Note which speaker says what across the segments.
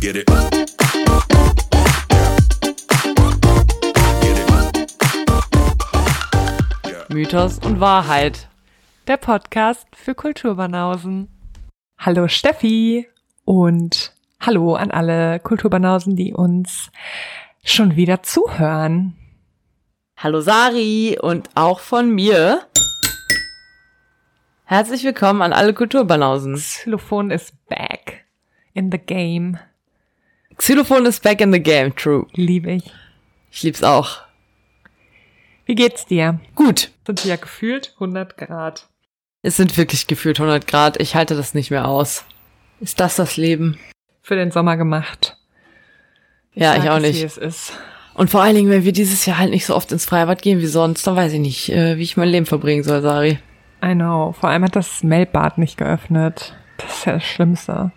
Speaker 1: Get it. Get it. Yeah.
Speaker 2: Mythos und Wahrheit. Der Podcast für Kulturbanausen.
Speaker 3: Hallo Steffi und hallo an alle Kulturbanausen, die uns schon wieder zuhören.
Speaker 2: Hallo Sari und auch von mir. Herzlich willkommen an alle Kulturbanausen.
Speaker 3: Xylophon ist back in the game,
Speaker 2: Xylophon ist back in the game, true.
Speaker 3: liebe ich.
Speaker 2: Ich lieb's auch.
Speaker 3: Wie geht's dir?
Speaker 2: Gut.
Speaker 3: Sind ja gefühlt 100 Grad.
Speaker 2: Es sind wirklich gefühlt 100 Grad. Ich halte das nicht mehr aus. Ist das das Leben?
Speaker 3: Für den Sommer gemacht.
Speaker 2: Ja, ich
Speaker 3: Sag
Speaker 2: auch
Speaker 3: es, Wie
Speaker 2: nicht.
Speaker 3: es ist.
Speaker 2: Und vor allen Dingen, wenn wir dieses Jahr halt nicht so oft ins Freibad gehen wie sonst, dann weiß ich nicht, äh, wie ich mein Leben verbringen soll, Sari.
Speaker 3: I know. Vor allem hat das Melbad nicht geöffnet. Das ist ja das Schlimmste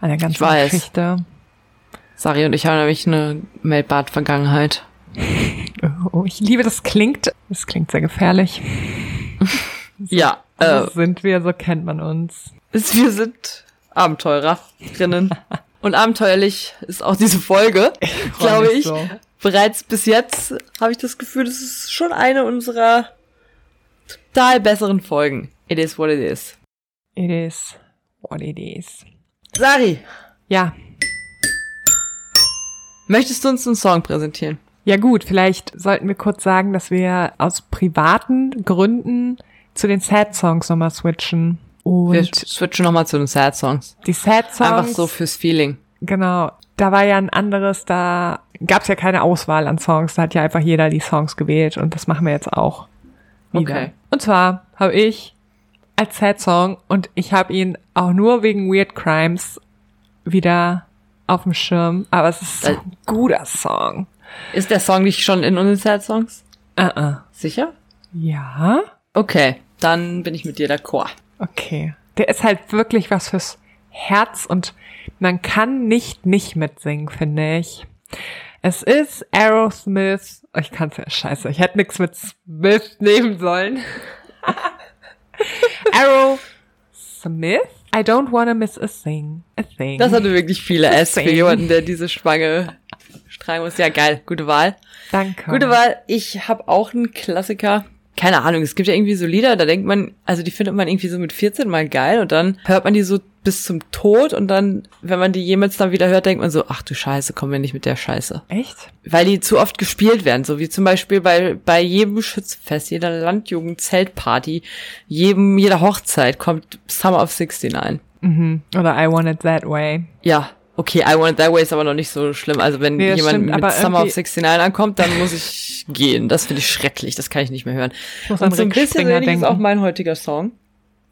Speaker 3: an der ganzen
Speaker 2: weiß.
Speaker 3: Geschichte.
Speaker 2: Sari und ich haben nämlich eine Melbad-Vergangenheit.
Speaker 3: Oh, ich liebe, das klingt. Das klingt sehr gefährlich.
Speaker 2: Ja, äh,
Speaker 3: So Also sind wir, so kennt man uns.
Speaker 2: ist- wir sind Abenteurerinnen. Und abenteuerlich ist auch diese Folge, glaube
Speaker 3: mich
Speaker 2: ich.
Speaker 3: so.
Speaker 2: Bereits bis jetzt habe ich das Gefühl, das ist schon eine unserer total besseren Folgen. It is what it is.
Speaker 3: It is what it is.
Speaker 2: Sari,
Speaker 3: Ja,
Speaker 2: möchtest du uns einen Song präsentieren?
Speaker 3: Ja gut, vielleicht sollten wir kurz sagen, dass wir aus privaten Gründen zu den Sad Songs nochmal switchen. Und
Speaker 2: Wir switchen nochmal zu den Sad Songs.
Speaker 3: die Sad Songs,
Speaker 2: Einfach so fürs Feeling.
Speaker 3: genau, da war ja ein anderes, da gab es ja keine Auswahl an Songs, da hat ja einfach jeder die Songs gewählt und das machen wir jetzt auch wieder.
Speaker 2: Okay.
Speaker 3: Und zwar habe ich als Sad Song und ich habe ihn auch nur wegen Weird Crimes wieder auf dem Schirm, aber es ist so
Speaker 2: Äh.
Speaker 3: ein guter Song.
Speaker 2: Ist der Song nicht schon in unseren Sad Songs?
Speaker 3: Uh
Speaker 2: äh.
Speaker 3: -uh.
Speaker 2: Sicher?
Speaker 3: Ja.
Speaker 2: Okay, dann bin ich mit dir d'accord.
Speaker 3: Okay. Der ist halt wirklich was fürs Herz und man kann nicht nicht mitsingen, finde ich. Es ist Aerosmith. Oh, Ich kann's ja, scheiße, ich hätte nichts mit Smith nehmen sollen. Aerosmith? I don't wanna miss a thing. A thing.
Speaker 2: Das hatte wirklich viele S für
Speaker 3: Same.
Speaker 2: jemanden, der diese Spange tragen muss. Ja, geil. Gute Wahl.
Speaker 3: Danke.
Speaker 2: Gute Wahl. Ich habe auch einen Klassiker. Keine Ahnung, es gibt ja irgendwie so Lieder, da denkt man, also die findet man irgendwie so mit 14 mal geil und dann hört man die so bis zum Tod und dann, wenn man die jemals dann wieder hört, denkt man so, ach du Scheiße, komm mir nicht mit der Scheiße.
Speaker 3: Echt?
Speaker 2: Weil die zu oft gespielt werden, so wie zum Beispiel bei, bei jedem Schützenfest, jeder Landjugend, Zeltparty, jedem, jeder Hochzeit kommt Summer of 16 ein.
Speaker 3: Mhm. Oder I want it that way.
Speaker 2: Ja, okay, I Want It That Way ist aber noch nicht so schlimm. Also wenn
Speaker 3: Nee, das
Speaker 2: jemand
Speaker 3: stimmt,
Speaker 2: mit
Speaker 3: aber
Speaker 2: Summer of
Speaker 3: irgendwie-
Speaker 2: 69 ankommt, dann muss ich gehen. Das finde ich schrecklich, das kann ich nicht mehr hören.
Speaker 3: Ich muss
Speaker 2: Und
Speaker 3: an
Speaker 2: so ein
Speaker 3: Rick
Speaker 2: bisschen
Speaker 3: Springer
Speaker 2: wenig ist
Speaker 3: denken.
Speaker 2: auch mein heutiger Song.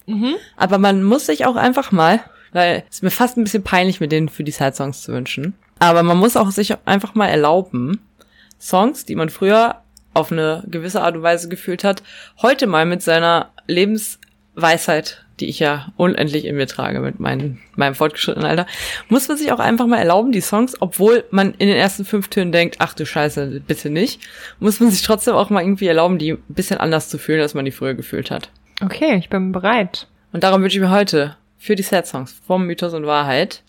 Speaker 3: Mhm.
Speaker 2: Aber man muss sich auch einfach mal, weil es ist mir fast ein bisschen peinlich, mir denen für die Side-Songs zu wünschen. Aber man muss auch sich einfach mal erlauben, Songs, die man früher auf eine gewisse Art und Weise gefühlt hat, heute mal mit seiner Lebensweisheit, die ich ja unendlich in mir trage mit meinen, meinem fortgeschrittenen Alter, muss man sich auch einfach mal erlauben, die Songs, obwohl man in den ersten fünf Tönen denkt, ach du Scheiße, bitte nicht, muss man sich trotzdem auch mal irgendwie erlauben, die ein bisschen anders zu fühlen, als man die früher gefühlt hat.
Speaker 3: Okay, ich bin bereit.
Speaker 2: Und darum wünsche ich mir heute für die Sad Songs vom Mythos und Wahrheit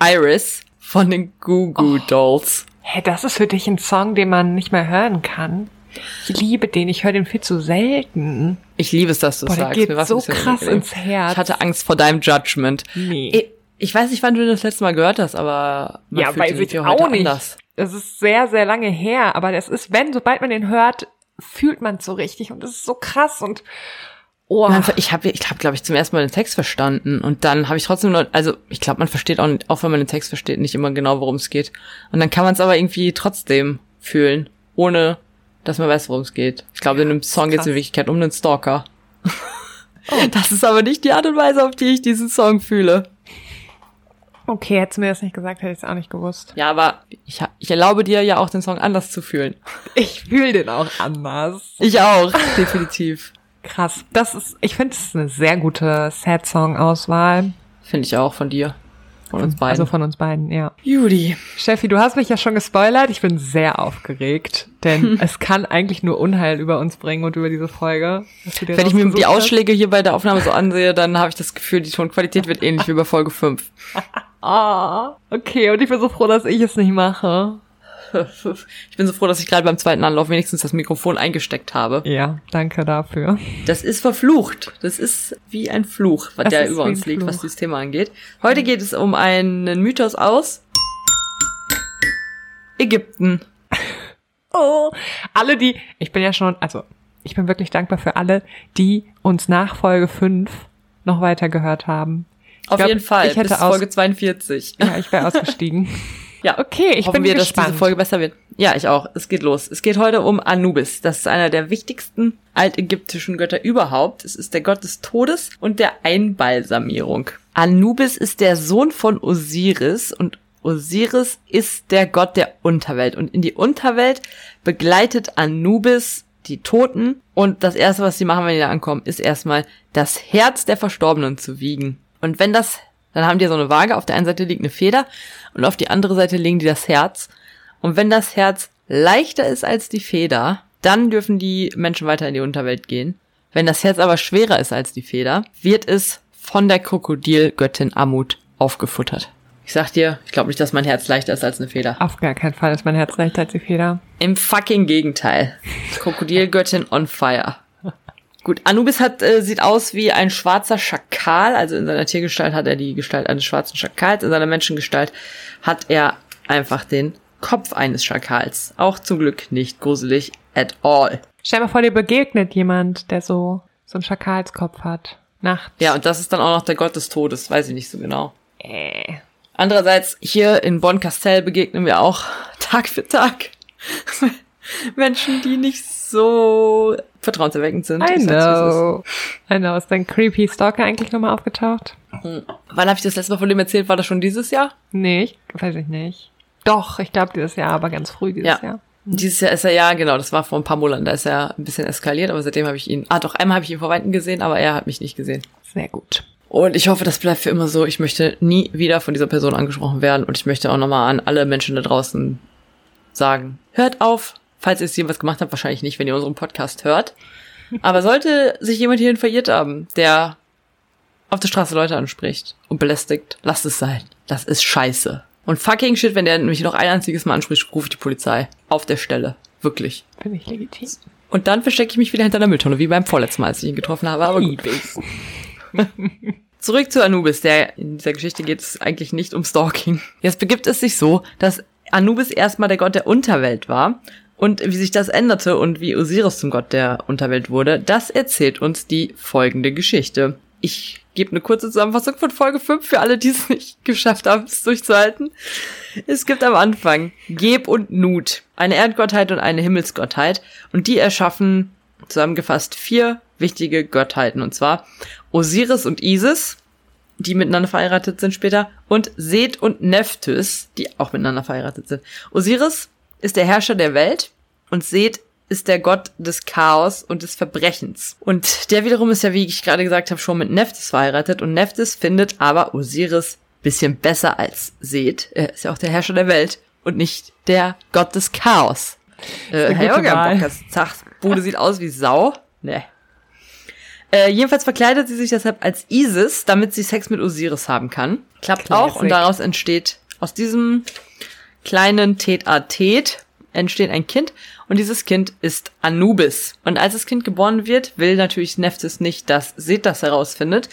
Speaker 2: Iris von den Goo Goo
Speaker 3: Oh.
Speaker 2: Dolls.
Speaker 3: Hä, das ist für dich ein Song, den man nicht mehr hören kann. Ich liebe den, ich höre den viel zu selten.
Speaker 2: Ich liebe es, dass du es
Speaker 3: Boah, der
Speaker 2: sagst.
Speaker 3: geht
Speaker 2: war's
Speaker 3: so
Speaker 2: ein bisschen
Speaker 3: krass
Speaker 2: unangenehm.
Speaker 3: ins Herz.
Speaker 2: Ich hatte Angst vor deinem Judgment.
Speaker 3: Nee.
Speaker 2: Ich, ich weiß nicht, wann du das letzte Mal gehört hast, aber man
Speaker 3: ja,
Speaker 2: fühlt
Speaker 3: weiß
Speaker 2: den
Speaker 3: ich
Speaker 2: irgendwie heute
Speaker 3: auch nicht.
Speaker 2: anders.
Speaker 3: Es ist sehr, sehr lange her, aber das ist, wenn, sobald man den hört, fühlt man es so richtig und es ist so krass und oh,
Speaker 2: Man, ich habe, ich habe, glaube ich, zum ersten Mal den Text verstanden und dann habe ich trotzdem noch, also ich glaube, man versteht auch, nicht, auch wenn man den Text versteht, nicht immer genau, worum es geht. Und dann kann man es aber irgendwie trotzdem fühlen, ohne dass man weiß, worum es geht. Ich glaube, in einem Song geht es in
Speaker 3: krass. Oh.
Speaker 2: Wirklichkeit um einen Stalker. Das ist aber nicht die Art und Weise, auf die ich diesen Song fühle.
Speaker 3: okay, hättest du mir das nicht gesagt, hätte ich es auch nicht gewusst.
Speaker 2: Ja, aber ich, ha- ich erlaube dir ja auch, den Song anders zu fühlen.
Speaker 3: Ich fühle den auch anders.
Speaker 2: Ich auch, definitiv.
Speaker 3: Krass. Das ist, ich finde, es ist eine sehr gute Sad-Song-Auswahl.
Speaker 2: Finde ich auch von dir. Von uns beiden.
Speaker 3: Also von uns beiden, ja.
Speaker 2: Judy.
Speaker 3: Steffi, du hast mich ja schon gespoilert. Ich bin sehr aufgeregt, denn es kann eigentlich nur Unheil über uns bringen und über diese Folge. dass du dir
Speaker 2: Wenn ich mir die
Speaker 3: rausgesucht hast.
Speaker 2: Ausschläge hier bei der Aufnahme so ansehe, dann habe ich das Gefühl, die Tonqualität wird ähnlich wie bei Folge 5.
Speaker 3: Ah, okay. Und ich bin so froh, dass ich es nicht mache.
Speaker 2: Ich bin so froh, dass ich gerade beim zweiten Anlauf wenigstens das Mikrofon eingesteckt habe.
Speaker 3: Ja, danke dafür.
Speaker 2: Das ist verflucht. Das ist wie ein Fluch, was
Speaker 3: Das
Speaker 2: der
Speaker 3: ist
Speaker 2: über
Speaker 3: wie
Speaker 2: uns
Speaker 3: ein
Speaker 2: liegt,
Speaker 3: Fluch.
Speaker 2: was dieses Thema angeht. Heute geht es um einen Mythos aus Ägypten.
Speaker 3: Oh, alle die, ich bin ja schon, also ich bin wirklich dankbar für alle, die uns nach Folge 5 noch weiter gehört haben. Ich
Speaker 2: Auf
Speaker 3: glaub,
Speaker 2: jeden Fall.
Speaker 3: Ich hätte
Speaker 2: bis
Speaker 3: aus,
Speaker 2: Folge 42.
Speaker 3: ja, ich wäre ausgestiegen.
Speaker 2: Ja,
Speaker 3: Okay, ich
Speaker 2: Hoffen
Speaker 3: bin
Speaker 2: wir, dass
Speaker 3: gespannt.
Speaker 2: diese Folge besser wird. Ja, ich auch. Es geht los. Es geht heute um Anubis. Das ist einer der wichtigsten altägyptischen Götter überhaupt. Es ist der Gott des Todes und der Einbalsamierung. Anubis ist der Sohn von Osiris und Osiris ist der Gott der Unterwelt. Und in die Unterwelt begleitet Anubis die Toten. Und das Erste, was sie machen, wenn die da ankommen, ist erstmal das Herz der Verstorbenen zu wiegen. Und wenn das, dann haben die so eine Waage, auf der einen Seite liegt eine Feder und auf die andere Seite legen die das Herz. Und wenn das Herz leichter ist als die Feder, dann dürfen die Menschen weiter in die Unterwelt gehen. Wenn das Herz aber schwerer ist als die Feder, wird es von der Krokodilgöttin Amut aufgefuttert. Ich sag dir, ich glaube nicht, dass mein Herz leichter ist als eine Feder.
Speaker 3: Auf gar keinen Fall ist mein Herz leichter als die Feder.
Speaker 2: Im fucking Gegenteil. Krokodilgöttin on fire. Gut, Anubis hat, äh, sieht aus wie ein schwarzer Schakal. Also in seiner Tiergestalt hat er die Gestalt eines schwarzen Schakals. In seiner Menschengestalt hat er einfach den Kopf eines Schakals. Auch zum Glück nicht gruselig at all.
Speaker 3: Stell dir mal vor, dir begegnet jemand, der so, so einen Schakalskopf hat. Nachts.
Speaker 2: Ja, und das ist dann auch noch der Gott des Todes. Weiß ich nicht so genau.
Speaker 3: Äh.
Speaker 2: Andererseits, hier in Bonn-Castell begegnen wir auch Tag für Tag Menschen, die nicht so vertrauenserweckend sind.
Speaker 3: I
Speaker 2: Ich sag's, wie es ist.
Speaker 3: know. I know. Ist dein creepy Stalker eigentlich nochmal aufgetaucht?
Speaker 2: Wann habe ich das letzte Mal von dem erzählt? War das schon dieses Jahr?
Speaker 3: Nee, ich, weiß ich nicht. Doch, ich glaube dieses Jahr, aber ganz früh dieses
Speaker 2: Ja.
Speaker 3: Jahr.
Speaker 2: Dieses Jahr ist er ja, genau, das war vor ein paar Monaten, da ist er ein bisschen eskaliert, aber seitdem habe ich ihn, ah doch, einmal habe ich ihn vor Weihnachten gesehen, aber er hat mich nicht gesehen.
Speaker 3: Sehr gut.
Speaker 2: Und ich hoffe, das bleibt für immer so. Ich möchte nie wieder von dieser Person angesprochen werden und ich möchte auch nochmal an alle Menschen da draußen sagen, hört auf, falls ihr es jemals gemacht habt, wahrscheinlich nicht, wenn ihr unseren Podcast hört. Aber sollte sich jemand hierhin verirrt haben, der auf der Straße Leute anspricht und belästigt, lasst es sein. Das ist scheiße. Und fucking shit, wenn der mich noch ein einziges Mal anspricht, rufe ich die Polizei. Auf der Stelle. Wirklich.
Speaker 3: Finde ich legitim.
Speaker 2: Und dann verstecke ich mich wieder hinter einer Mülltonne, wie beim vorletzten Mal, als ich ihn getroffen habe. Aber gut. Zurück zu Anubis, der in dieser Geschichte geht es eigentlich nicht um Stalking. Jetzt begibt es sich so, dass Anubis erstmal der Gott der Unterwelt war und wie sich das änderte und wie Osiris zum Gott der Unterwelt wurde, das erzählt uns die folgende Geschichte. Ich gebe eine kurze Zusammenfassung von Folge 5 für alle, die es nicht geschafft haben, es durchzuhalten. Es gibt am Anfang Geb und Nut, eine Erdgottheit und eine Himmelsgottheit und die erschaffen zusammengefasst vier wichtige Gottheiten und zwar Osiris und Isis, die miteinander verheiratet sind später, und Seth und Nephthys, die auch miteinander verheiratet sind. Osiris ist der Herrscher der Welt und Seth ist der Gott des Chaos und des Verbrechens. Und der wiederum ist ja, wie ich gerade gesagt habe, schon mit Nephthys verheiratet und Nephthys findet aber Osiris bisschen besser als Seth. Er ist ja auch der Herrscher der Welt und nicht der Gott des Chaos. Äh,
Speaker 3: eine
Speaker 2: Herr
Speaker 3: gute Wahl.
Speaker 2: Jürgen, Bude sieht aus wie Sau. Nee. Äh, jedenfalls verkleidet sie sich deshalb als Isis, damit sie Sex mit Osiris haben kann. Klappt auch und
Speaker 3: Classic.
Speaker 2: daraus entsteht, aus diesem kleinen Tet-a-Tet entsteht ein Kind und dieses Kind ist Anubis. Und als das Kind geboren wird, will natürlich Nephthys nicht, dass Seth das herausfindet.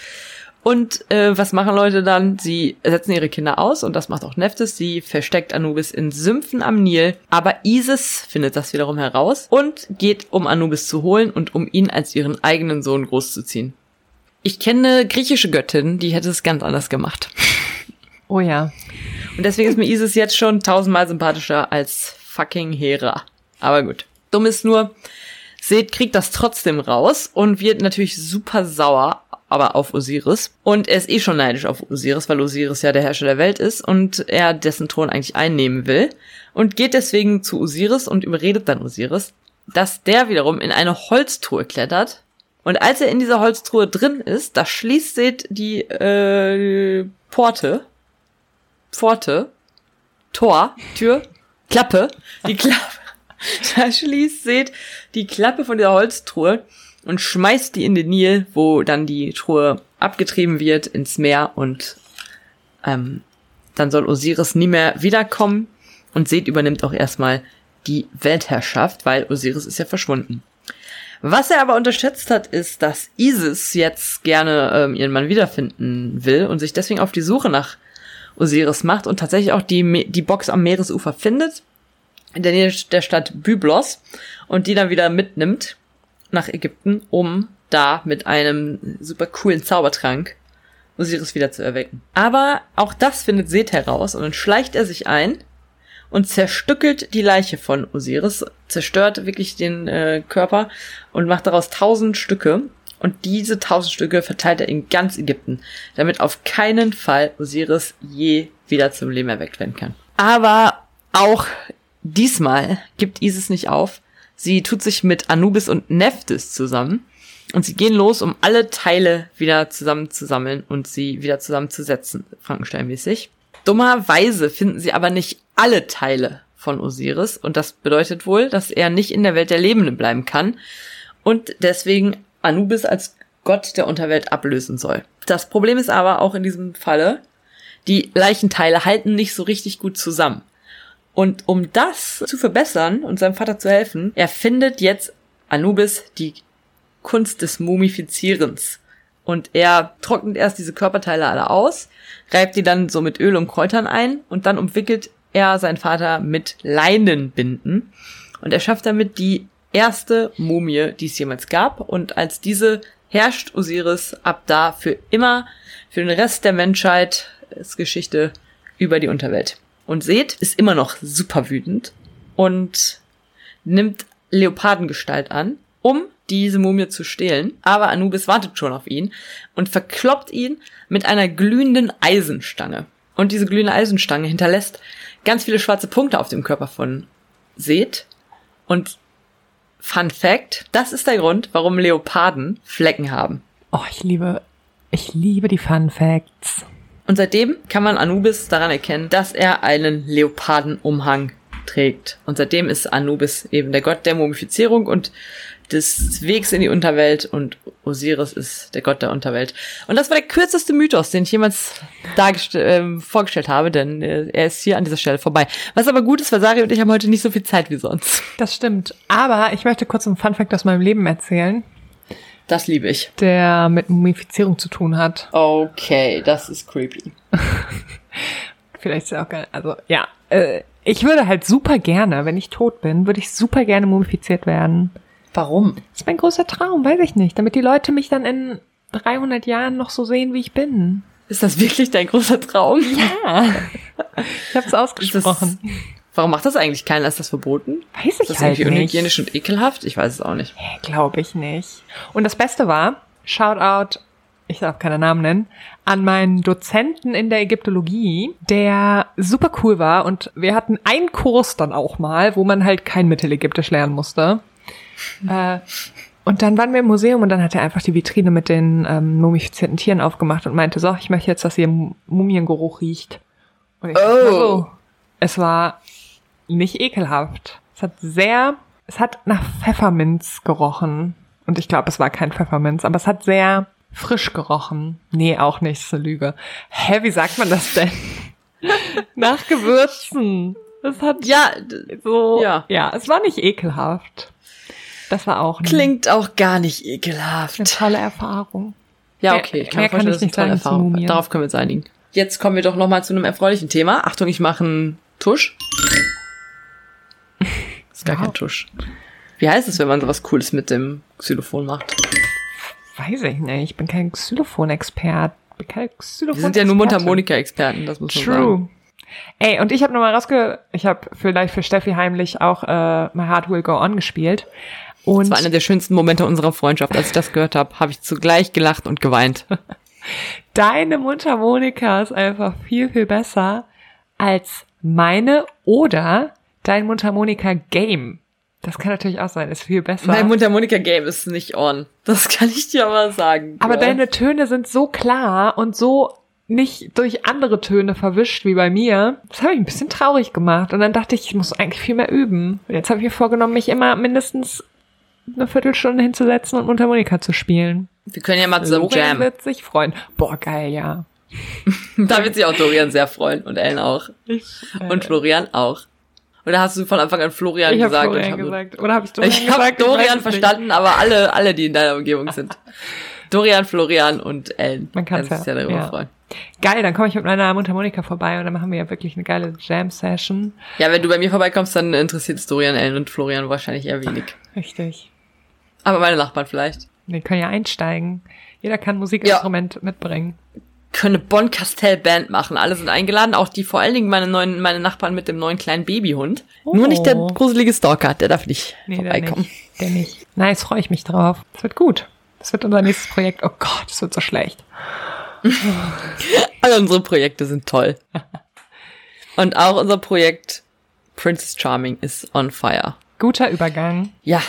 Speaker 2: Und äh, was machen Leute dann? Sie setzen ihre Kinder aus und das macht auch Nephthys. Sie versteckt Anubis in Sümpfen am Nil, aber Isis findet das wiederum heraus und geht, um Anubis zu holen und um ihn als ihren eigenen Sohn großzuziehen. Ich kenne griechische Göttinnen, die hätte es ganz anders gemacht.
Speaker 3: Oh ja.
Speaker 2: Und deswegen ist mir Isis jetzt schon tausendmal sympathischer als fucking Hera. Aber gut. Dumm ist nur, Seth kriegt das trotzdem raus und wird natürlich super sauer, aber auf Osiris. Und er ist eh schon neidisch auf Osiris, weil Osiris ja der Herrscher der Welt ist und er dessen Thron eigentlich einnehmen will. Und geht deswegen zu Osiris und überredet dann Osiris, dass der wiederum in eine Holztruhe klettert. Und als er in dieser Holztruhe drin ist, da schließt Seth die äh, Porte Pforte, Tor, Tür, Klappe, die Klappe. Da schließt Seth die Klappe von dieser Holztruhe und schmeißt die in den Nil, wo dann die Truhe abgetrieben wird ins Meer und ähm, dann soll Osiris nie mehr wiederkommen und Seth übernimmt auch erstmal die Weltherrschaft, weil Osiris ist ja verschwunden. Was er aber unterschätzt hat, ist, dass Isis jetzt gerne ähm, ihren Mann wiederfinden will und sich deswegen auf die Suche nach Osiris macht und tatsächlich auch die, Me- die Box am Meeresufer findet, in der Nähe der Stadt Byblos, und die dann wieder mitnimmt nach Ägypten, um da mit einem super coolen Zaubertrank Osiris wieder zu erwecken. Aber auch das findet Seth heraus und dann schleicht er sich ein und zerstückelt die Leiche von Osiris, zerstört wirklich den äh, Körper und macht daraus tausend Stücke. Und diese tausend Stücke verteilt er in ganz Ägypten, damit auf keinen Fall Osiris je wieder zum Leben erweckt werden kann. Aber auch diesmal gibt Isis nicht auf. Sie tut sich mit Anubis und Nephthys zusammen und sie gehen los, um alle Teile wieder zusammenzusammeln und sie wieder zusammenzusetzen, Frankenstein-mäßig. Dummerweise finden sie aber nicht alle Teile von Osiris und das bedeutet wohl, dass er nicht in der Welt der Lebenden bleiben kann und deswegen Anubis als Gott der Unterwelt ablösen soll. Das Problem ist aber auch in diesem Falle, die Leichenteile halten nicht so richtig gut zusammen. Und um das zu verbessern und seinem Vater zu helfen, erfindet jetzt Anubis die Kunst des Mumifizierens. Und er trocknet erst diese Körperteile alle aus, reibt die dann so mit Öl und Kräutern ein und dann umwickelt er seinen Vater mit Leinenbinden. Und er schafft damit die erste Mumie, die es jemals gab. Und als diese herrscht Osiris ab da für immer, für den Rest der Menschheit, ist Geschichte über die Unterwelt. Und Seth ist immer noch super wütend und nimmt Leopardengestalt an, um diese Mumie zu stehlen. Aber Anubis wartet schon auf ihn und verkloppt ihn mit einer glühenden Eisenstange. Und diese glühende Eisenstange hinterlässt ganz viele schwarze Punkte auf dem Körper von Seth. Und Fun Fact, das ist der Grund, warum Leoparden Flecken haben.
Speaker 3: Oh, ich liebe, ich liebe die Fun Facts.
Speaker 2: Und seitdem kann man Anubis daran erkennen, dass er einen Leopardenumhang trägt. Und seitdem ist Anubis eben der Gott der Mumifizierung und des Wegs in die Unterwelt und Osiris ist der Gott der Unterwelt. Und das war der kürzeste Mythos, den ich jemals dargestell- ähm, vorgestellt habe, denn äh, er ist hier an dieser Stelle vorbei. Was aber gut ist, weil Sari und ich haben heute nicht so viel Zeit wie sonst.
Speaker 3: Das stimmt. Aber ich möchte kurz einen Fun Fact aus meinem Leben erzählen,
Speaker 2: Das liebe ich.
Speaker 3: der mit Mumifizierung zu tun hat.
Speaker 2: Okay, das ist creepy.
Speaker 3: Vielleicht ist er auch geil. Also, ja. Äh, ich würde halt super gerne, wenn ich tot bin, würde ich super gerne mumifiziert werden.
Speaker 2: Warum?
Speaker 3: Das ist mein großer Traum, weiß ich nicht. Damit die Leute mich dann in 300 Jahren noch so sehen, wie ich bin.
Speaker 2: Ist das wirklich dein großer Traum?
Speaker 3: Ja. Ich hab's
Speaker 2: Ist das,
Speaker 3: ausgesprochen.
Speaker 2: warum macht das eigentlich keiner? Ist das verboten?
Speaker 3: weiß ich
Speaker 2: Ist das
Speaker 3: halt
Speaker 2: irgendwie
Speaker 3: nicht.
Speaker 2: unhygienisch und ekelhaft? Ich weiß es auch nicht.
Speaker 3: Glaube ich nicht. Und das Beste war, Shoutout, ich darf keine Namen nennen, an meinen Dozenten in der Ägyptologie, der super cool war und wir hatten einen Kurs dann auch mal, wo man halt kein Mittelägyptisch lernen musste. äh, und dann waren wir im Museum und dann hat er einfach die Vitrine mit den ähm, mumifizierten Tieren aufgemacht und meinte, so, ich möchte jetzt, dass ihr Mu- Mumiengeruch riecht. Und ich dachte,
Speaker 2: Oh.
Speaker 3: "Na so." Es war nicht ekelhaft. Es hat sehr, es hat nach Pfefferminz gerochen. Und ich glaube, es war kein Pfefferminz, aber es hat sehr frisch gerochen. Nee, auch nicht, ist eine Lüge. Hä, wie sagt man das denn? nach Gewürzen. Es hat
Speaker 2: Ja, d-
Speaker 3: so,
Speaker 2: Ja.
Speaker 3: ja. ja, es war nicht ekelhaft. Das war auch eine,
Speaker 2: klingt auch gar nicht
Speaker 3: eine
Speaker 2: ekelhaft.
Speaker 3: tolle Erfahrung.
Speaker 2: Ja,
Speaker 3: Mehr-
Speaker 2: okay. Ich kann mir
Speaker 3: mehr kann
Speaker 2: vorstellen, das ist
Speaker 3: ich
Speaker 2: eine
Speaker 3: nicht
Speaker 2: tolle
Speaker 3: sagen zu
Speaker 2: Erfahrung.
Speaker 3: Mumien.
Speaker 2: Darauf können wir uns einigen. Jetzt kommen wir doch nochmal zu einem erfreulichen Thema. Achtung, ich mache einen Tusch. Ist gar
Speaker 3: Wow.
Speaker 2: kein Tusch. Wie heißt es, wenn man sowas Cooles mit dem Xylophon macht?
Speaker 3: Weiß ich nicht, ich bin kein Xylophon-Expert. Bin keine
Speaker 2: Wir sind ja nur
Speaker 3: Xylophon-Expertin.
Speaker 2: Mundharmonika-Experten, das muss man sagen.
Speaker 3: True. Ey, und ich habe nochmal rausge... Ich habe vielleicht für Steffi heimlich auch äh, My Heart Will Go On gespielt.
Speaker 2: Das
Speaker 3: Und
Speaker 2: war einer der schönsten Momente unserer Freundschaft. Als ich das gehört habe, habe ich zugleich gelacht und geweint.
Speaker 3: deine Mundharmonika ist einfach viel, viel besser als meine oder dein Mundharmonika-Game. Das kann natürlich auch sein, ist viel besser.
Speaker 2: Mein Mundharmonika-Game ist nicht on. Das kann ich dir aber sagen.
Speaker 3: Aber
Speaker 2: Girl.
Speaker 3: deine Töne sind so klar und so nicht durch andere Töne verwischt wie bei mir. Das habe ich ein bisschen traurig gemacht. Und dann dachte ich, ich muss eigentlich viel mehr üben. Und jetzt habe ich mir vorgenommen, mich immer mindestens eine Viertelstunde hinzusetzen und Mundharmonika zu spielen.
Speaker 2: Wir können ja mal zusammen
Speaker 3: Lorian
Speaker 2: jammen.
Speaker 3: wird sich freuen. Boah, geil, ja.
Speaker 2: Da wird sich auch Dorian sehr freuen und Ellen auch. Und Florian auch. Oder hast du von Anfang an Florian
Speaker 3: äh, ich habe
Speaker 2: gesagt?
Speaker 3: Florian
Speaker 2: und Ähm, hab-
Speaker 3: gesagt. Oder habe ich Dorian
Speaker 2: Ich habe
Speaker 3: gesagt? weiß es
Speaker 2: Dorian
Speaker 3: nicht.
Speaker 2: verstanden, aber alle, alle, die in deiner Umgebung sind. Dorian, Florian und Ellen.
Speaker 3: Man kann's
Speaker 2: Kannst dich
Speaker 3: ja,
Speaker 2: darüber
Speaker 3: ja.
Speaker 2: freuen.
Speaker 3: Geil, dann komme ich mit meiner Mundharmonika vorbei und dann machen wir ja wirklich eine geile Jam-Session.
Speaker 2: Ja, wenn du bei mir vorbeikommst, dann interessiert es Dorian, Ellen und Florian wahrscheinlich eher wenig.
Speaker 3: Richtig.
Speaker 2: Aber meine Nachbarn vielleicht.
Speaker 3: Wir können ja einsteigen. Jeder kann Musikinstrument mitbringen.
Speaker 2: Können eine Bonn-Castell-Band machen. Alle sind eingeladen, auch die vor allen Dingen meine neuen, meine Nachbarn mit dem neuen kleinen Babyhund. Nur nicht der gruselige Stalker, der darf nicht
Speaker 3: Oh. der
Speaker 2: vorbeikommen.
Speaker 3: nicht. Der nicht. Nice, freue ich mich drauf. Es wird gut. Das wird unser nächstes Projekt. Oh Gott, es wird so schlecht.
Speaker 2: Alle unsere Projekte sind toll. Und auch unser Projekt Princess Charming ist on fire.
Speaker 3: Guter Übergang.
Speaker 2: Ja.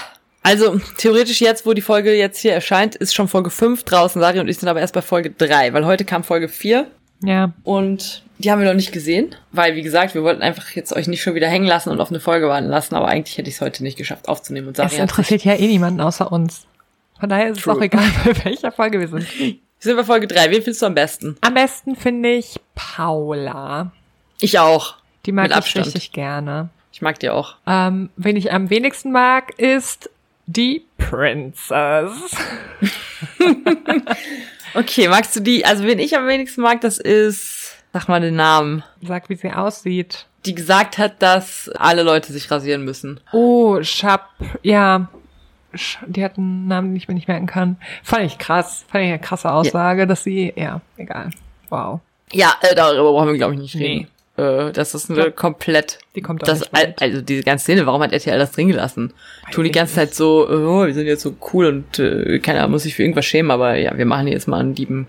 Speaker 2: Also, theoretisch jetzt, wo die Folge jetzt hier erscheint, ist schon Folge 5 draußen. Sari und ich sind aber erst bei Folge 3, weil heute kam Folge 4
Speaker 3: Ja,
Speaker 2: und die haben wir noch nicht gesehen, weil, wie gesagt, wir wollten einfach jetzt euch nicht schon wieder hängen lassen und auf eine Folge warten lassen, aber eigentlich hätte ich es heute nicht geschafft aufzunehmen und Sari
Speaker 3: es
Speaker 2: hat-
Speaker 3: interessiert ja eh niemanden außer uns. Von daher ist
Speaker 2: True.
Speaker 3: es auch egal, bei welcher Folge wir sind.
Speaker 2: Wir sind bei Folge 3. Wen findest du am besten?
Speaker 3: Am besten finde ich Paula.
Speaker 2: Ich auch.
Speaker 3: Die mag
Speaker 2: Mit
Speaker 3: ich
Speaker 2: Abstand.
Speaker 3: richtig gerne.
Speaker 2: Ich mag die auch.
Speaker 3: Ähm, wen ich am wenigsten mag, ist die Princess.
Speaker 2: Okay, magst du die? Also, wen ich am wenigsten mag, das ist, sag mal den Namen,
Speaker 3: Sag, wie sie aussieht.
Speaker 2: die gesagt hat, dass alle Leute sich rasieren müssen.
Speaker 3: Oh, Schab, ja. Sch- Die hat einen Namen, den ich mir nicht merken kann. Fand ich krass. Fand ich eine krasse Aussage, dass sie, ja, egal. Wow.
Speaker 2: Ja, äh, darüber brauchen wir, glaube ich, nicht
Speaker 3: Nee.
Speaker 2: reden. Äh, das ist eine
Speaker 3: Ja.
Speaker 2: komplett.
Speaker 3: Die kommt auch
Speaker 2: das,
Speaker 3: nicht weit.
Speaker 2: Also diese ganze Szene, warum hat RTL das drin gelassen?
Speaker 3: Weiß
Speaker 2: Tun die
Speaker 3: ich
Speaker 2: ganze Zeit so, oh, wir sind jetzt so cool und äh, keiner muss sich für irgendwas schämen, aber ja, wir machen jetzt mal einen lieben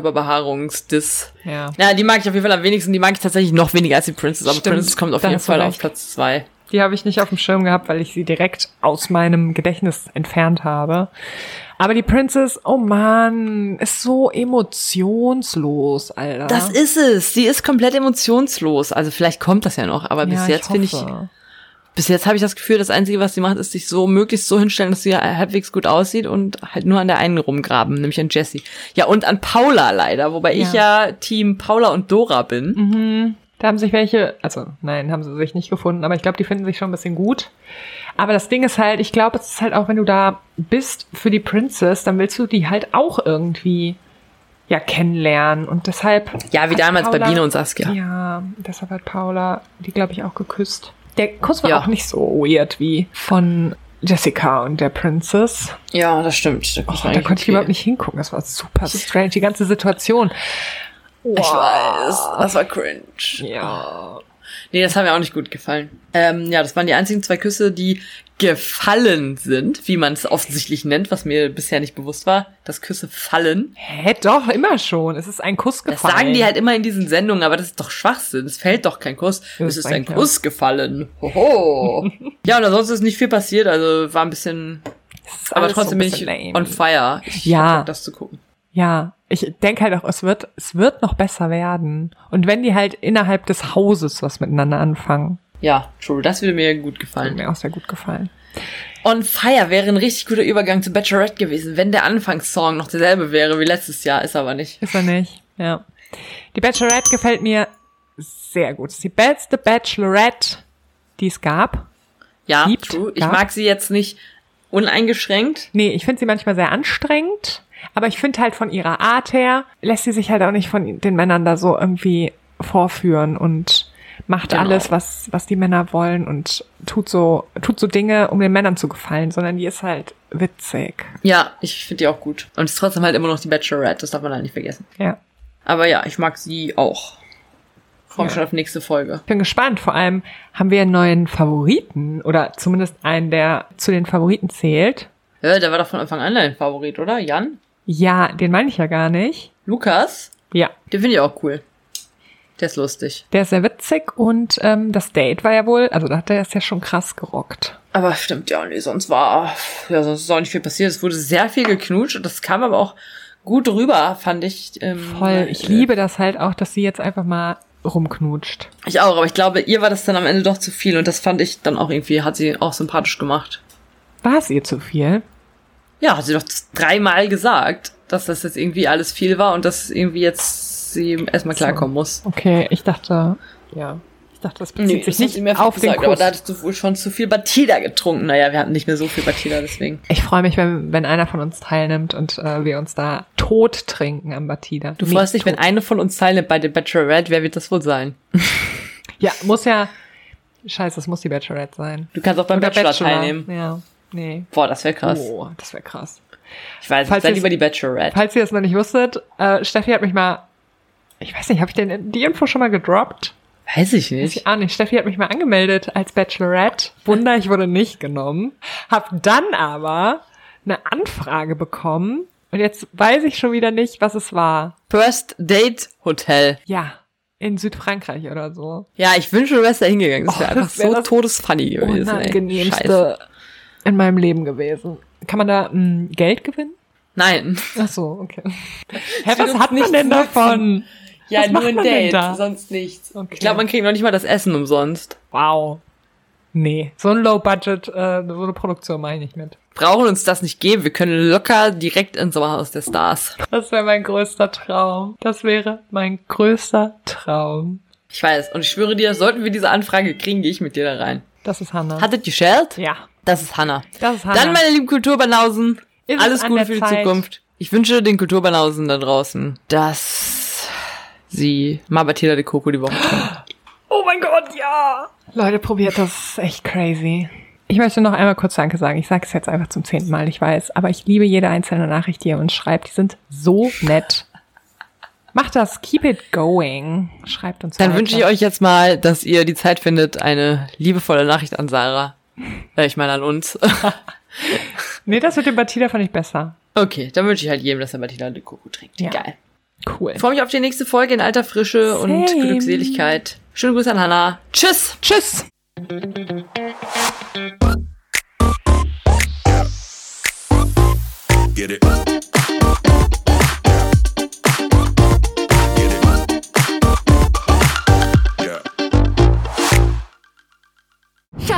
Speaker 2: Körperbehaarungsdiss.
Speaker 3: Ja.
Speaker 2: Ja, die mag ich auf jeden Fall am wenigsten, die mag ich tatsächlich noch weniger als die Princess, aber
Speaker 3: Stimmt,
Speaker 2: Princess kommt auf
Speaker 3: da
Speaker 2: jeden
Speaker 3: hast du
Speaker 2: Fall auf
Speaker 3: recht.
Speaker 2: Platz zwei.
Speaker 3: Die habe ich nicht auf dem Schirm gehabt, weil ich sie direkt aus meinem Gedächtnis entfernt habe. Aber die Princess, oh Mann, ist so emotionslos, Alter.
Speaker 2: Das ist es. Die ist komplett emotionslos. Also vielleicht kommt das ja noch, aber
Speaker 3: ja,
Speaker 2: bis jetzt finde ich,
Speaker 3: hoffe.
Speaker 2: bis jetzt habe ich das Gefühl, das Einzige, was sie macht, ist sich so möglichst so hinstellen, dass sie halbwegs gut aussieht und halt nur an der einen rumgraben, nämlich an Jessie. Ja, und an Paula leider, wobei ich ja Team Paula und Dora bin.
Speaker 3: Mhm. Da haben sich welche, also nein, haben sie sich nicht gefunden, aber ich glaube, die finden sich schon ein bisschen gut. Aber das Ding ist halt, ich glaube, es ist halt auch, wenn du da bist für die Princess, dann willst du die halt auch irgendwie ja kennenlernen und deshalb.
Speaker 2: Ja, wie
Speaker 3: hat
Speaker 2: damals bei
Speaker 3: Also Paula-
Speaker 2: Biene und Saskia.
Speaker 3: Ja. deshalb hat Paula die, glaube ich, auch geküsst. Der Kuss war
Speaker 2: Ja.
Speaker 3: auch nicht so weird wie von Jessica und der Princess.
Speaker 2: Ja, das stimmt. Das
Speaker 3: Oh, da konnte ich überhaupt nicht hingucken. Das war super strange, die ganze Situation.
Speaker 2: Ich weiß, das war cringe.
Speaker 3: Ja.
Speaker 2: Nee, das hat mir auch nicht gut gefallen. Ähm, ja, das waren die einzigen zwei Küsse, die gefallen sind, wie man es offensichtlich nennt, was mir bisher nicht bewusst war, dass Küsse fallen.
Speaker 3: Hä, doch, immer schon. Es ist ein Kuss
Speaker 2: Das
Speaker 3: gefallen.
Speaker 2: sagen die halt immer in diesen Sendungen, aber das ist doch Schwachsinn. Es fällt doch kein Kuss.
Speaker 3: Ja,
Speaker 2: es ist
Speaker 3: das
Speaker 2: ein
Speaker 3: denke ich
Speaker 2: Kuss gefallen. Hoho. ja, und ansonsten ist nicht viel passiert, also war ein bisschen,
Speaker 3: Das ist
Speaker 2: aber
Speaker 3: alles
Speaker 2: trotzdem
Speaker 3: so
Speaker 2: bin
Speaker 3: ein
Speaker 2: ich
Speaker 3: bisschen
Speaker 2: on
Speaker 3: lame.
Speaker 2: fire. Ich
Speaker 3: Ja.
Speaker 2: hab Bock, das zu gucken.
Speaker 3: Ja, ich denke halt auch, es wird, es wird noch besser werden. Und wenn die halt innerhalb des Hauses was miteinander anfangen,
Speaker 2: Ja, true. Das würde mir gut gefallen.
Speaker 3: hat mir auch sehr gut gefallen.
Speaker 2: On Fire wäre ein richtig guter Übergang zu Bachelorette gewesen, wenn der Anfangssong noch derselbe wäre wie letztes Jahr, ist aber nicht.
Speaker 3: Ist er nicht? Ja. Die Bachelorette gefällt mir sehr gut. Es ist die beste Bachelorette, die es gab.
Speaker 2: Ja,
Speaker 3: Gibt,
Speaker 2: true. Ich
Speaker 3: gab.
Speaker 2: mag sie jetzt nicht uneingeschränkt.
Speaker 3: Nee, ich finde sie manchmal sehr anstrengend, aber ich finde halt von ihrer Art her, lässt sie sich halt auch nicht von den Männern da so irgendwie vorführen und macht
Speaker 2: Genau.
Speaker 3: alles, was, was die Männer wollen und tut so, tut so Dinge, um den Männern zu gefallen, sondern die ist halt witzig.
Speaker 2: Ja, ich finde die auch gut. Und ist trotzdem halt immer noch die Bachelorette, das darf man halt nicht vergessen.
Speaker 3: Ja.
Speaker 2: Aber ja, ich mag sie auch. Freue mich
Speaker 3: Ja.
Speaker 2: schon auf nächste Folge.
Speaker 3: Ich bin gespannt. Vor allem haben wir einen neuen Favoriten oder zumindest einen, der zu den Favoriten zählt.
Speaker 2: Ja, der war doch von Anfang an dein Favorit, oder? Jan?
Speaker 3: Ja, den meine ich ja gar nicht.
Speaker 2: Lukas?
Speaker 3: Ja,
Speaker 2: Den finde ich auch cool. Der ist lustig.
Speaker 3: der ist sehr witzig und ähm, das Date war ja wohl, also da hat er es ja schon krass gerockt.
Speaker 2: Aber stimmt, ja, nee, sonst war, ja, sonst ist auch nicht viel passiert. Es wurde sehr viel geknutscht und das kam aber auch gut rüber, fand ich. Ähm,
Speaker 3: Voll. Ich
Speaker 2: äh,
Speaker 3: liebe das halt auch, dass sie jetzt einfach mal rumknutscht.
Speaker 2: Ich auch, aber ich glaube, ihr war das dann am Ende doch zu viel und das fand ich dann auch irgendwie, hat sie auch sympathisch gemacht.
Speaker 3: War es ihr zu viel?
Speaker 2: Ja, hat sie doch dreimal gesagt, dass das jetzt irgendwie alles viel war und dass irgendwie jetzt sie erstmal
Speaker 3: So.
Speaker 2: klarkommen muss.
Speaker 3: Okay, ich dachte, ja. Ich dachte, das bezieht sich nicht
Speaker 2: mehr
Speaker 3: auf den
Speaker 2: aber
Speaker 3: Kuss.
Speaker 2: da hattest du wohl schon zu viel Batida getrunken. Naja, wir hatten nicht mehr so viel Batida, deswegen.
Speaker 3: Ich freue mich, wenn, wenn einer von uns teilnimmt und äh, wir uns da tot trinken am Batida.
Speaker 2: Du
Speaker 3: Nicht
Speaker 2: freust dich, wenn
Speaker 3: tot.
Speaker 2: eine von uns teilnimmt bei der Bachelorette, wer wird das wohl sein?
Speaker 3: Ja, muss ja. Scheiße, es muss die Bachelorette sein.
Speaker 2: Du kannst auch beim
Speaker 3: Oder
Speaker 2: Bachelor, teilnehmen.
Speaker 3: Ja, nee.
Speaker 2: Boah, das wäre krass.
Speaker 3: Oh, das wäre krass.
Speaker 2: Ich weiß,
Speaker 3: Falls
Speaker 2: sei
Speaker 3: es-
Speaker 2: lieber die Bachelorette.
Speaker 3: Falls ihr das noch nicht wusstet, äh, Steffi hat mich mal, ich weiß nicht, habe ich denn die Info schon mal gedroppt?
Speaker 2: Weiß ich
Speaker 3: Weiß
Speaker 2: nicht.
Speaker 3: ich auch nicht. Steffi hat mich mal angemeldet als Bachelorette. Wunder, ich wurde nicht genommen. Hab dann aber eine Anfrage bekommen und jetzt weiß ich schon wieder nicht, was es war.
Speaker 2: First Date Hotel.
Speaker 3: Ja, in Südfrankreich oder so.
Speaker 2: Ja, ich wünsche, du wärst da hingegangen. Das wäre
Speaker 3: Oh,
Speaker 2: einfach
Speaker 3: das wär
Speaker 2: so
Speaker 3: das
Speaker 2: todesfunny gewesen. Ey. Scheiße.
Speaker 3: Unangenehmste in meinem Leben gewesen. Kann man da mh, Geld gewinnen?
Speaker 2: Nein.
Speaker 3: Ach so, okay. Hä, was
Speaker 2: uns
Speaker 3: hat man
Speaker 2: nicht sitzen.
Speaker 3: denn davon?
Speaker 2: Ja,
Speaker 3: Was
Speaker 2: nur
Speaker 3: macht
Speaker 2: ein
Speaker 3: man denn
Speaker 2: Date,
Speaker 3: da?
Speaker 2: sonst nichts.
Speaker 3: Okay.
Speaker 2: Ich glaube, man kriegt noch nicht mal das Essen umsonst.
Speaker 3: Wow. Nee, so ein Low-Budget, äh, so eine Produktion mache ich nicht mit.
Speaker 2: Brauchen uns das nicht geben. Wir können locker direkt ins Sommerhaus der Stars.
Speaker 3: Das wäre mein größter Traum. Das wäre mein größter Traum.
Speaker 2: Ich weiß. Und ich schwöre dir, sollten wir diese Anfrage kriegen, gehe ich mit dir da rein.
Speaker 3: Das ist Hannah.
Speaker 2: Hattet ihr Sheld?
Speaker 3: ja,
Speaker 2: Das ist Hannah.
Speaker 3: das ist Hannah.
Speaker 2: Dann, meine lieben Kulturbanausen,
Speaker 3: Ist es
Speaker 2: alles
Speaker 3: an
Speaker 2: Gute
Speaker 3: der
Speaker 2: für die
Speaker 3: Zeit?
Speaker 2: Zukunft. Ich wünsche den Kulturbanausen da draußen, dass sie Mabatela de Coco die Woche trinken.
Speaker 3: oh mein Gott, ja. Leute, probiert das. Das ist echt crazy. Ich möchte noch einmal kurz Danke sagen. Ich sage es jetzt einfach zum zehnten Mal, ich weiß. Aber ich liebe jede einzelne Nachricht, die ihr uns schreibt. Die sind so nett. Macht das. Keep it going. Schreibt uns
Speaker 2: Dann
Speaker 3: weiter.
Speaker 2: wünsche ich euch jetzt mal, dass ihr die Zeit findet, eine liebevolle Nachricht an Sarah. Äh, Ich meine an uns.
Speaker 3: Nee, das mit dem Batida fand ich besser.
Speaker 2: Okay, dann wünsche ich halt jedem, dass er Martina de Coco trinkt.
Speaker 3: Ja.
Speaker 2: Geil.
Speaker 3: Cool.
Speaker 2: Ich freue mich auf die nächste Folge in alter Frische und
Speaker 3: Same.
Speaker 2: Glückseligkeit. Schöne Grüße an Hannah. Tschüss.
Speaker 3: Tschüss.
Speaker 1: Get it up. Get it up. Yeah.